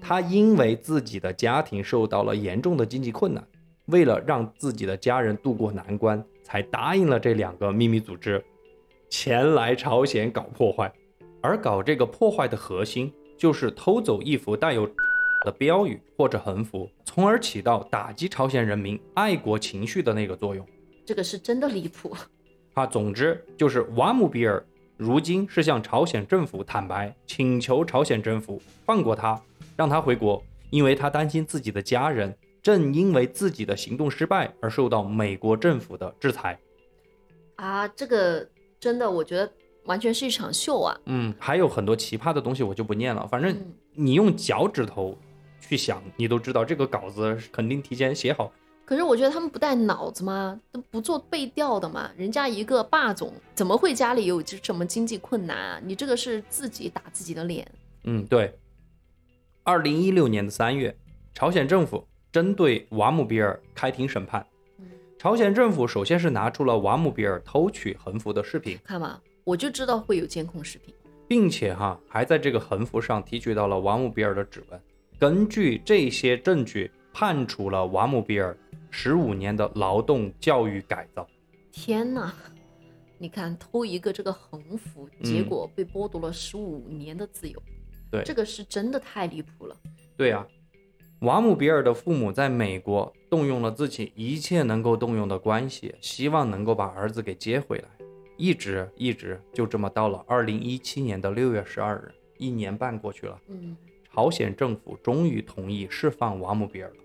[SPEAKER 4] 他因为自己的家庭受到了严重的经济困难，为了让自己的家人渡过难关，才答应了这两个秘密组织，前来朝鲜搞破坏。而搞这个破坏的核心就是偷走一幅带有的标语或者横幅，从而起到打击朝鲜人民爱国情绪的那个作用。
[SPEAKER 3] 这个是真的离谱。
[SPEAKER 4] 啊，总之就是瓦姆比尔如今是向朝鲜政府坦白，请求朝鲜政府放过他，让他回国，因为他担心自己的家人正因为自己的行动失败而受到美国政府的制裁。
[SPEAKER 3] 啊，这个真的，我觉得完全是一场秀啊！
[SPEAKER 4] 嗯，还有很多奇葩的东西我就不念了，反正
[SPEAKER 3] 嗯
[SPEAKER 4] 你用脚趾头去想，你都知道这个稿子肯定提前写好。
[SPEAKER 3] 可是我觉得他们不带脑子吗？都不做背调的嘛？人家一个霸总，怎么会家里有这什么经济困难啊？你这个是自己打自己的脸。
[SPEAKER 4] 嗯，对。二零一六年的三月，朝鲜政府针对瓦姆比尔开庭审判。朝鲜政府首先是拿出了瓦姆比尔偷取横幅的视频，
[SPEAKER 3] 看嘛，我就知道会有监控视频。
[SPEAKER 4] 并且哈、还在这个横幅上提取到了瓦姆比尔的指纹。根据这些证据，判处了瓦姆比尔十五年的劳动教育改造。
[SPEAKER 3] 天哪！你看，偷一个这个横幅，结果被剥夺了十五年的自由。
[SPEAKER 4] 嗯对
[SPEAKER 3] 这个是真的太离谱了。
[SPEAKER 4] 对啊，瓦姆比尔的父母在美国动用了自己一切能够动用的关系，希望能够把儿子给接回来，一直一直就这么到了二零一七年的六月十二日，一年半过去了，
[SPEAKER 3] 嗯，
[SPEAKER 4] 朝鲜政府终于同意释放瓦姆比尔了。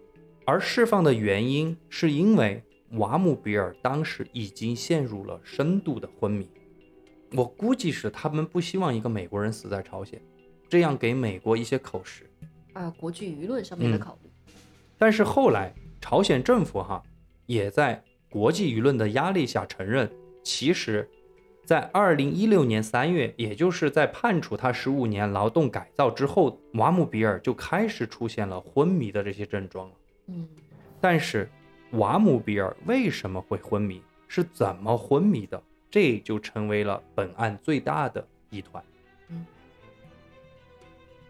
[SPEAKER 4] 而释放的原因是因为瓦姆比尔当时已经陷入了深度的昏迷，我估计是他们不希望一个美国人死在朝鲜，这样给美国一些口实。
[SPEAKER 3] 啊，国际舆论上面的
[SPEAKER 4] 嗯
[SPEAKER 3] 考虑。
[SPEAKER 4] 但是后来朝鲜政府哈也在国际舆论的压力下承认，其实，在二零一六年三月，也就是在判处他十五年劳动改造之后，瓦姆比尔就开始出现了昏迷的这些症状了。
[SPEAKER 3] 嗯，
[SPEAKER 4] 但是，瓦姆比尔为什么会昏迷？是怎么昏迷的？这就成为了本案最大的疑团。
[SPEAKER 3] 嗯，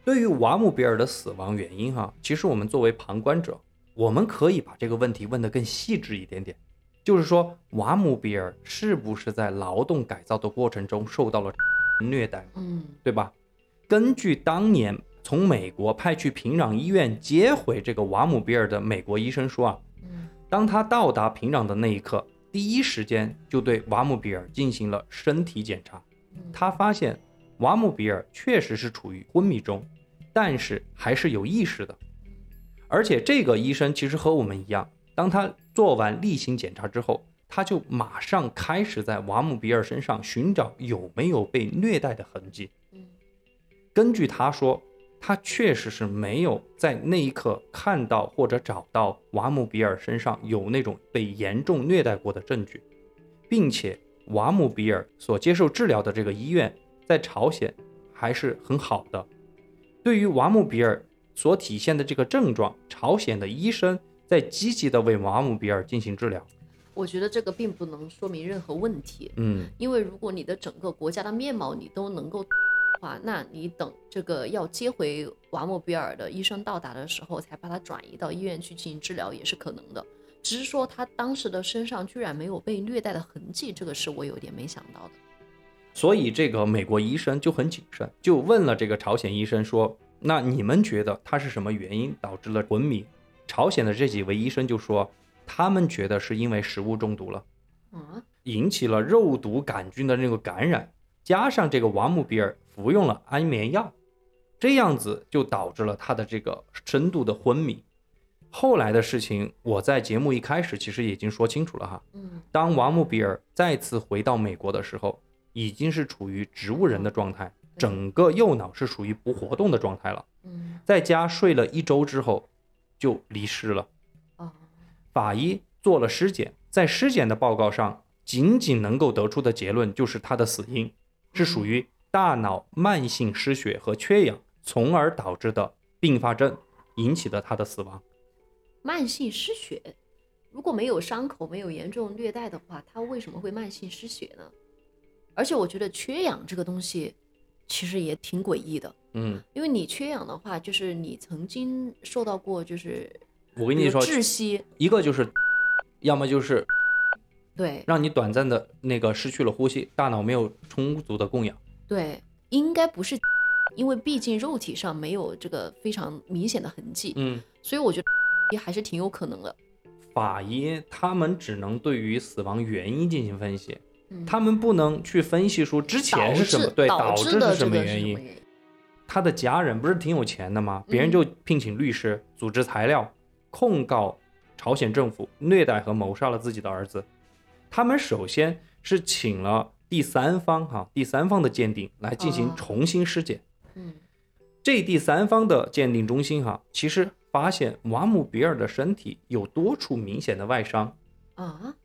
[SPEAKER 4] 对于瓦姆比尔的死亡原因、哈，其实我们作为旁观者，我们可以把这个问题问得更细致一点点，就是说，瓦姆比尔是不是在劳动改造的过程中受到了 虐待？
[SPEAKER 3] 嗯，
[SPEAKER 4] 对吧？根据当年从美国派去平壤医院接回这个瓦姆比尔的美国医生说啊，
[SPEAKER 3] 嗯
[SPEAKER 4] 当他到达平壤的那一刻，第一时间就对瓦姆比尔进行了身体检查，他发现瓦姆比尔确实是处于昏迷中，但是还是有意识的。而且这个医生其实和我们一样，当他做完例行检查之后，他就马上开始在瓦姆比尔身上寻找有没有被虐待的痕迹。
[SPEAKER 3] 嗯
[SPEAKER 4] 根据他说，他确实是没有在那一刻看到或者找到瓦姆比尔身上有那种被严重虐待过的证据，并且瓦姆比尔所接受治疗的这个医院在朝鲜还是很好的。对于瓦姆比尔所体现的这个症状，朝鲜的医生在积极的为瓦姆比尔进行治疗。
[SPEAKER 3] 我觉得这个并不能说明任何问题。
[SPEAKER 4] 嗯，
[SPEAKER 3] 因为如果你的整个国家的面貌你都能够的话，那你等这个要接回瓦莫比尔的医生到达的时候，才把他转移到医院去进行治疗也是可能的。只是说他当时的身上居然没有被虐待的痕迹，这个是我有点没想到的。
[SPEAKER 4] 所以这个美国医生就很谨慎，就问了这个朝鲜医生说：“那你们觉得他是什么原因导致了昏迷？”朝鲜的这几位医生就说，他们觉得是因为食物中毒了，
[SPEAKER 3] 啊，
[SPEAKER 4] 引起了肉毒杆菌的那个感染，加上这个瓦姆比尔服用了安眠药，这样子就导致了他的这个深度的昏迷。后来的事情，我在节目一开始其实已经说清楚了哈。
[SPEAKER 3] 嗯，
[SPEAKER 4] 当瓦姆比尔再次回到美国的时候，已经是处于植物人的状态，整个右脑是属于不活动的状态了。
[SPEAKER 3] 嗯，
[SPEAKER 4] 在家睡了一周之后，就离世了。
[SPEAKER 3] 啊，
[SPEAKER 4] 法医做了尸检，在尸检的报告上，仅仅能够得出的结论就是他的死因是属于大脑慢性失血和缺氧，从而导致的并发症引起的他的死亡。
[SPEAKER 3] 慢性失血，如果没有伤口、没有严重虐待的话，他为什么会慢性失血呢？而且我觉得缺氧这个东西其实也挺诡异的，
[SPEAKER 4] 嗯，
[SPEAKER 3] 因为你缺氧的话，就是你曾经受到过就是
[SPEAKER 4] 我跟
[SPEAKER 3] 比
[SPEAKER 4] 你
[SPEAKER 3] 如
[SPEAKER 4] 说，
[SPEAKER 3] 窒息，
[SPEAKER 4] 一个就是，要么就是
[SPEAKER 3] 对
[SPEAKER 4] 让你短暂的那个失去了呼吸，大脑没有充足的供氧。
[SPEAKER 3] 对，应该不是，因为毕竟肉体上没有这个非常明显的痕迹，
[SPEAKER 4] 嗯，
[SPEAKER 3] 所以我觉得也还是挺有可能的。
[SPEAKER 4] 法医他们只能对于死亡原因进行分析，
[SPEAKER 3] 嗯
[SPEAKER 4] 他们不能去分析说之前是什么
[SPEAKER 3] 导致
[SPEAKER 4] 对
[SPEAKER 3] 导
[SPEAKER 4] 致
[SPEAKER 3] 的
[SPEAKER 4] 是什
[SPEAKER 3] 这
[SPEAKER 4] 么
[SPEAKER 3] 个是
[SPEAKER 4] 原
[SPEAKER 3] 什么
[SPEAKER 4] 因。
[SPEAKER 3] 原因？
[SPEAKER 4] 他的家人不是挺有钱的吗？别人
[SPEAKER 3] 嗯
[SPEAKER 4] 就聘请律师、组织材料，控告朝鲜政府虐待和谋杀了自己的儿子。他们首先是请了第三方哈、第三方的鉴定来进行
[SPEAKER 3] 哦
[SPEAKER 4] 重新尸检。
[SPEAKER 3] 嗯
[SPEAKER 4] 这第三方的鉴定中心哈、其实发现瓦姆比尔的身体有多处明显的外伤。
[SPEAKER 3] 啊，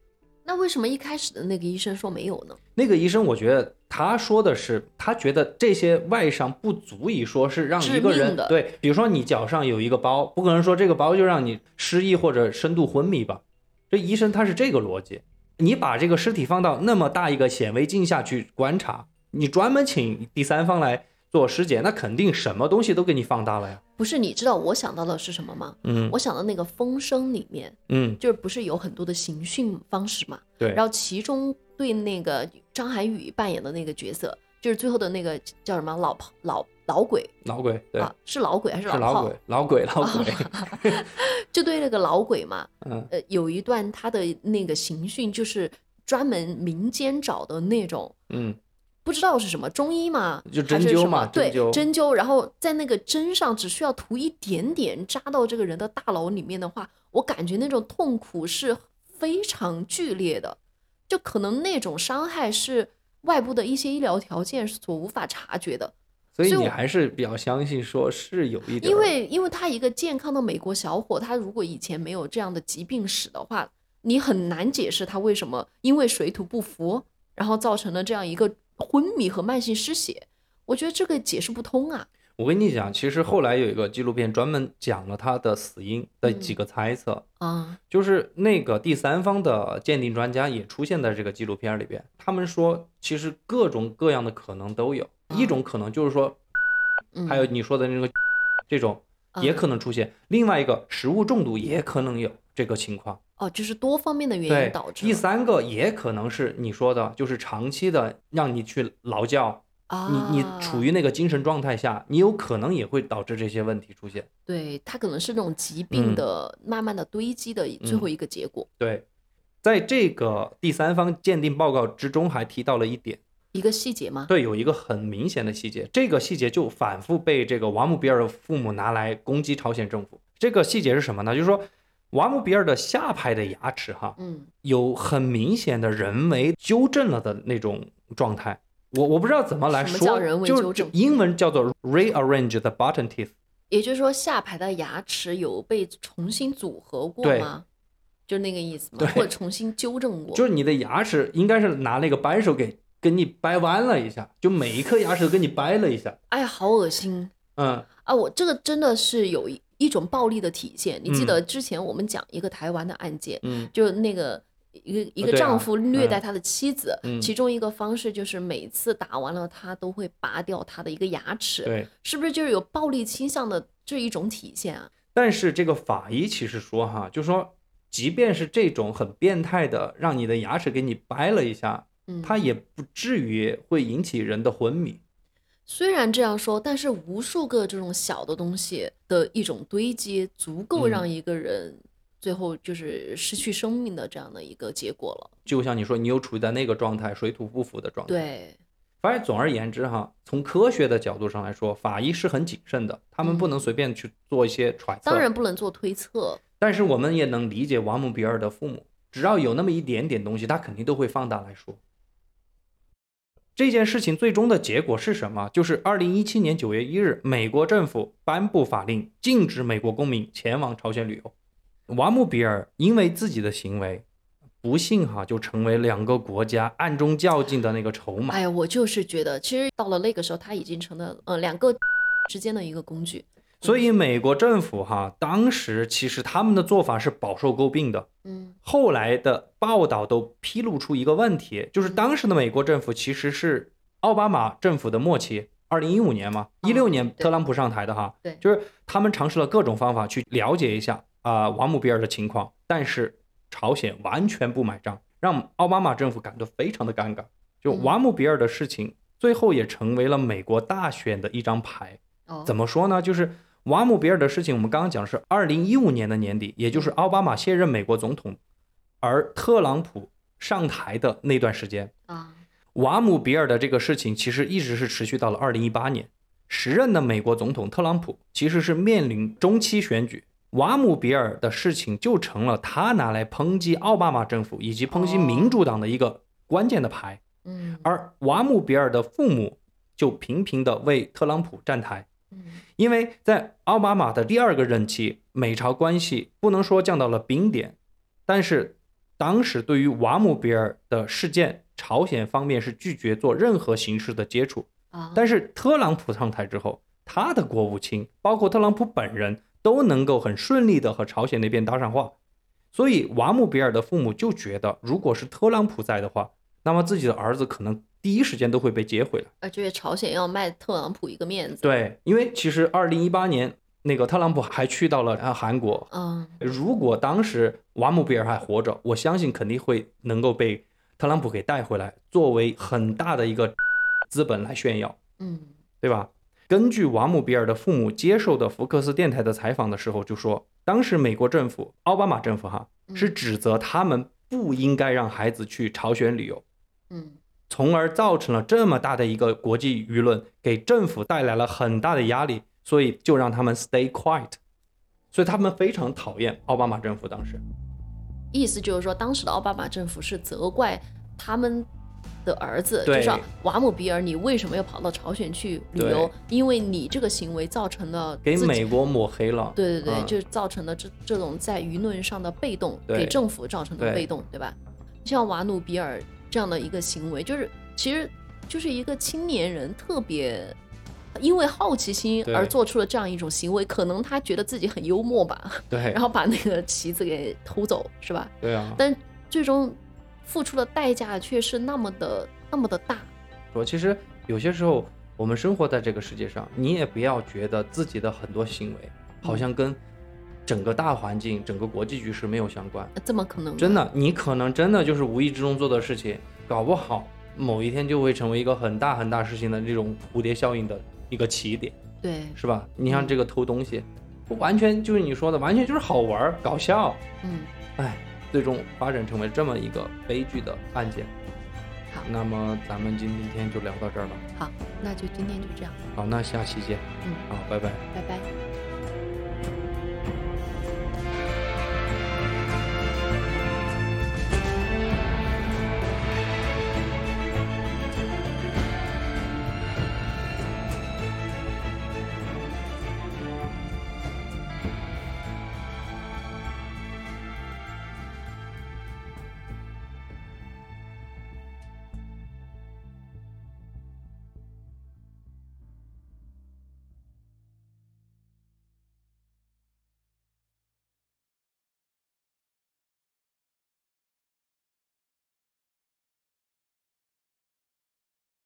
[SPEAKER 3] 那为什么一开始的那个医生说没有呢？
[SPEAKER 4] 那个医生，我觉得他说的是，他觉得这些外伤不足以说是让一个
[SPEAKER 3] 致
[SPEAKER 4] 人
[SPEAKER 3] 命的
[SPEAKER 4] 对，比如说你脚上有一个包，不可能说这个包就让你失忆或者深度昏迷吧？这医生他是这个逻辑，你把这个尸体放到那么大一个显微镜下去观察，你专门请第三方来做尸检，那肯定什么东西都给你放大了呀。
[SPEAKER 3] 不是，你知道我想到的是什么吗？
[SPEAKER 4] 嗯
[SPEAKER 3] 我想到那个《风声》里面，
[SPEAKER 4] 嗯，
[SPEAKER 3] 就是不是有很多的刑讯方式嘛？
[SPEAKER 4] 对
[SPEAKER 3] 然。后其中对那个张涵予扮演的那个角色，就是最后的那个叫什么老炮老老鬼
[SPEAKER 4] 老鬼，对，
[SPEAKER 3] 啊，是老鬼还是老
[SPEAKER 4] 是老
[SPEAKER 3] 炮？啊
[SPEAKER 4] 鬼，老鬼，老鬼，
[SPEAKER 3] 就对那个老鬼嘛，
[SPEAKER 4] 嗯，
[SPEAKER 3] 呃，有一段他的那个刑讯就是专门民间找的那种，
[SPEAKER 4] 嗯，
[SPEAKER 3] 不知道是什么中医嘛，
[SPEAKER 4] 就
[SPEAKER 3] 还
[SPEAKER 4] 针
[SPEAKER 3] 是
[SPEAKER 4] 灸
[SPEAKER 3] 什
[SPEAKER 4] 嘛
[SPEAKER 3] 么对，
[SPEAKER 4] 针灸
[SPEAKER 3] 针灸，然后在那个针上只需要涂一点点，扎到这个人的大脑里面的话，我感觉那种痛苦是非常剧烈的，就可能那种伤害是外部的一些医疗条件所无法察觉的，
[SPEAKER 4] 所以
[SPEAKER 3] 所以
[SPEAKER 4] 你
[SPEAKER 3] 我
[SPEAKER 4] 还是比较相信说是有一点儿，
[SPEAKER 3] 因为因为他一个健康的美国小伙，他如果以前没有这样的疾病史的话，你很难解释他为什么因为水土不服，然后造成了这样一个昏迷和慢性失血。我觉得这个解释不通啊。
[SPEAKER 4] 我跟你讲，其实后来有一个纪录片专门讲了他的死因的
[SPEAKER 3] 嗯
[SPEAKER 4] 几个猜测，
[SPEAKER 3] 啊，
[SPEAKER 4] 就是那个第三方的鉴定专家也出现在这个纪录片里边，他们说其实各种各样的可能都有，一种可能就是说，
[SPEAKER 3] 啊嗯，
[SPEAKER 4] 还有你说的那个这种
[SPEAKER 3] 啊
[SPEAKER 4] 也可能出现，另外一个食物中毒也可能有这个情况。
[SPEAKER 3] 哦，就是多方面的原
[SPEAKER 4] 对
[SPEAKER 3] 因导，致
[SPEAKER 4] 第
[SPEAKER 3] 了
[SPEAKER 4] 三个也可能是你说的，就是长期的让你去劳教，
[SPEAKER 3] 啊，
[SPEAKER 4] 你你处于那个精神状态下，你有可能也会导致这些问题出现。
[SPEAKER 3] 对他可能是那种疾病
[SPEAKER 4] 嗯
[SPEAKER 3] 的慢慢的堆积的最后一个结果，
[SPEAKER 4] 对，在这个第三方鉴定报告之中还提到了一点，
[SPEAKER 3] 一个细节嘛。
[SPEAKER 4] 对，有一个很明显的细节，这个细节就反复被这个瓦姆比尔的父母拿来攻击朝鲜政府。这个细节是什么呢？就是说，瓦姆比尔的下排的牙齿哈，
[SPEAKER 3] 嗯，
[SPEAKER 4] 有很明显的人为纠正了的那种状态。我我不知道怎么来
[SPEAKER 3] 什么
[SPEAKER 4] 说，
[SPEAKER 3] 叫人为
[SPEAKER 4] 就
[SPEAKER 3] 纠
[SPEAKER 4] 就
[SPEAKER 3] 正
[SPEAKER 4] 英文叫做 rearrange the bottom teeth。
[SPEAKER 3] 也就是说下排的牙齿有被重新组合过
[SPEAKER 4] 对
[SPEAKER 3] 吗？就那个意思吗
[SPEAKER 4] 对？
[SPEAKER 3] 或者重新纠正过？
[SPEAKER 4] 就是你的牙齿应该是拿那个扳手给跟你掰弯了一下，就每一颗牙齿都跟你掰了一下。
[SPEAKER 3] 哎呀，好恶心
[SPEAKER 4] 嗯
[SPEAKER 3] 啊！我这个真的是有一一种暴力的体现。你记
[SPEAKER 4] 嗯
[SPEAKER 3] 得之前我们讲一个台湾的案件，
[SPEAKER 4] 嗯
[SPEAKER 3] 就那个一个一
[SPEAKER 4] 啊
[SPEAKER 3] 个
[SPEAKER 4] 对啊
[SPEAKER 3] 丈夫虐待
[SPEAKER 4] 嗯
[SPEAKER 3] 他的妻子，
[SPEAKER 4] 嗯
[SPEAKER 3] 其中一个方式就是每次打完了他都会拔掉他的一个牙齿，
[SPEAKER 4] 对。
[SPEAKER 3] 是不是就是有暴力倾向的这一种体现啊？
[SPEAKER 4] 但是这个法医其实说哈，就说即便是这种很变态的，让你的牙齿给你掰了一下，
[SPEAKER 3] 嗯，
[SPEAKER 4] 它也不至于会引起人的昏迷。
[SPEAKER 3] 虽然这样说，但是无数个这种小的东西的一种堆积，足够
[SPEAKER 4] 嗯
[SPEAKER 3] 让一个人最后就是失去生命的这样的一个结果了。
[SPEAKER 4] 就像你说，你又处在那个状态，水土不服的状态。
[SPEAKER 3] 对，
[SPEAKER 4] 反正总而言之哈，从科学的角度上来说，法医是很谨慎的，他们不能
[SPEAKER 3] 嗯
[SPEAKER 4] 随便去做一些揣测。
[SPEAKER 3] 当然，不能做推测。
[SPEAKER 4] 但是我们也能理解瓦姆比尔的父母，只要有那么一点点东西，他肯定都会放大来说。这件事情最终的结果是什么？就是二零一七年九月一日，美国政府颁布法令，禁止美国公民前往朝鲜旅游。瓦姆比尔因为自己的行为，不幸哈、就成为两个国家暗中较劲的那个筹码
[SPEAKER 3] 哎。呀，我就是觉得，其实到了那个时候，他已经成了呃两个之间的一个工具。
[SPEAKER 4] 所以美国政府哈，当时其实他们的做法是饱受诟病的。
[SPEAKER 3] 嗯
[SPEAKER 4] 后来的报道都披露出一个问题，就是当时的美国政府其实是奥巴马政府的末期，二零一五年嘛，一六年
[SPEAKER 3] 哦对
[SPEAKER 4] 特朗普上台的哈，
[SPEAKER 3] 对
[SPEAKER 4] 就是他们尝试了各种方法去了解一下啊、瓦姆比尔的情况，但是朝鲜完全不买账，让奥巴马政府感到非常的尴尬。就
[SPEAKER 3] 嗯
[SPEAKER 4] 瓦姆比尔的事情，最后也成为了美国大选的一张牌。
[SPEAKER 3] 哦，
[SPEAKER 4] 怎
[SPEAKER 3] 么
[SPEAKER 4] 么说呢？就是瓦姆比尔的事情，我们刚刚讲是二零一五年的年底，也就是奥巴马卸任美国总统，而特朗普上台的那段时间，
[SPEAKER 3] 啊？
[SPEAKER 4] 瓦姆比尔的这个事情其实一直是持续到了二零一八年。时任的美国总统特朗普其实是面临中期选举，瓦姆比尔的事情就成了他拿来抨击奥巴马政府以及抨击
[SPEAKER 3] 哦
[SPEAKER 4] 民主党的一个关键的牌。
[SPEAKER 3] 嗯
[SPEAKER 4] 而瓦姆比尔的父母就频频的为特朗普站台。
[SPEAKER 3] 嗯
[SPEAKER 4] 因为在奥巴马的第二个任期，美朝关系不能说降到了冰点，但是当时对于瓦姆比尔的事件，朝鲜方面是拒绝做任何形式的接触。
[SPEAKER 3] 啊，
[SPEAKER 4] 但是特朗普上台之后，他的国务卿，包括特朗普本人，都能够很顺利的和朝鲜那边搭上话。所以瓦姆比尔的父母就觉得，如果是特朗普在的话，那么自己的儿子可能第一时间都会被接回来。
[SPEAKER 3] 而且朝鲜要卖特朗普一个面子。
[SPEAKER 4] 对，因为其实二零一八年那个特朗普还去到了呃韩国，
[SPEAKER 3] 嗯，
[SPEAKER 4] 如果当时瓦姆比尔还活着，我相信肯定会能够被特朗普给带回来，作为很大的一个资本来炫耀，
[SPEAKER 3] 嗯
[SPEAKER 4] 对吧？根据瓦姆比尔的父母接受的福克斯电台的采访的时候就说，当时美国政府奥巴马政府哈
[SPEAKER 3] 嗯
[SPEAKER 4] 是指责他们不应该让孩子去朝鲜旅游，
[SPEAKER 3] 嗯
[SPEAKER 4] 从而造成了这么大的一个国际舆论，给政府带来了很大的压力，所以就让他们 stay quiet。所以他们非常讨厌奥巴马政府当时。
[SPEAKER 3] 意思就是说，当时的奥巴马政府是责怪他们的儿子，
[SPEAKER 4] 对
[SPEAKER 3] 就说瓦姆比尔，你为什么要跑到朝鲜去旅游
[SPEAKER 4] 对？
[SPEAKER 3] 因为你这个行为造成了
[SPEAKER 4] 给
[SPEAKER 3] 自己
[SPEAKER 4] 美国抹黑了。
[SPEAKER 3] 对对对，
[SPEAKER 4] 嗯
[SPEAKER 3] 就造成了这这种在舆论上的被动，
[SPEAKER 4] 对
[SPEAKER 3] 给政府造成的
[SPEAKER 4] 对
[SPEAKER 3] 被动，对吧？像瓦努比尔这样的一个行为，就是其实就是一个青年人特别。因为好奇心
[SPEAKER 4] 对
[SPEAKER 3] 而做出了这样一种行为，可能他觉得自己很幽默吧，
[SPEAKER 4] 对
[SPEAKER 3] 然后把那个旗子给偷走，是吧？
[SPEAKER 4] 对啊。
[SPEAKER 3] 但最终付出的代价却是那么的那么的大。
[SPEAKER 4] 说其实有些时候我们生活在这个世界上，你也不要觉得自己的很多行为好像跟整个大环境、整个国际局势没有相关。
[SPEAKER 3] 这么可能吗
[SPEAKER 4] 真的，你可能真的就是无意之中做的事情，搞不好某一天就会成为一个很大很大事情的这种蝴蝶效应的一个起点，
[SPEAKER 3] 对，
[SPEAKER 4] 是吧？你像这个偷东西，不完全就是你说的，完全就是好玩儿、搞笑，
[SPEAKER 3] 嗯，
[SPEAKER 4] 哎，最终发展成为这么一个悲剧的案件。
[SPEAKER 3] 好
[SPEAKER 4] 那么咱们今天就聊到这儿了。
[SPEAKER 3] 好，那就今天就这样，
[SPEAKER 4] 好，那下期见。
[SPEAKER 3] 嗯
[SPEAKER 4] 好，拜拜。
[SPEAKER 3] 拜拜。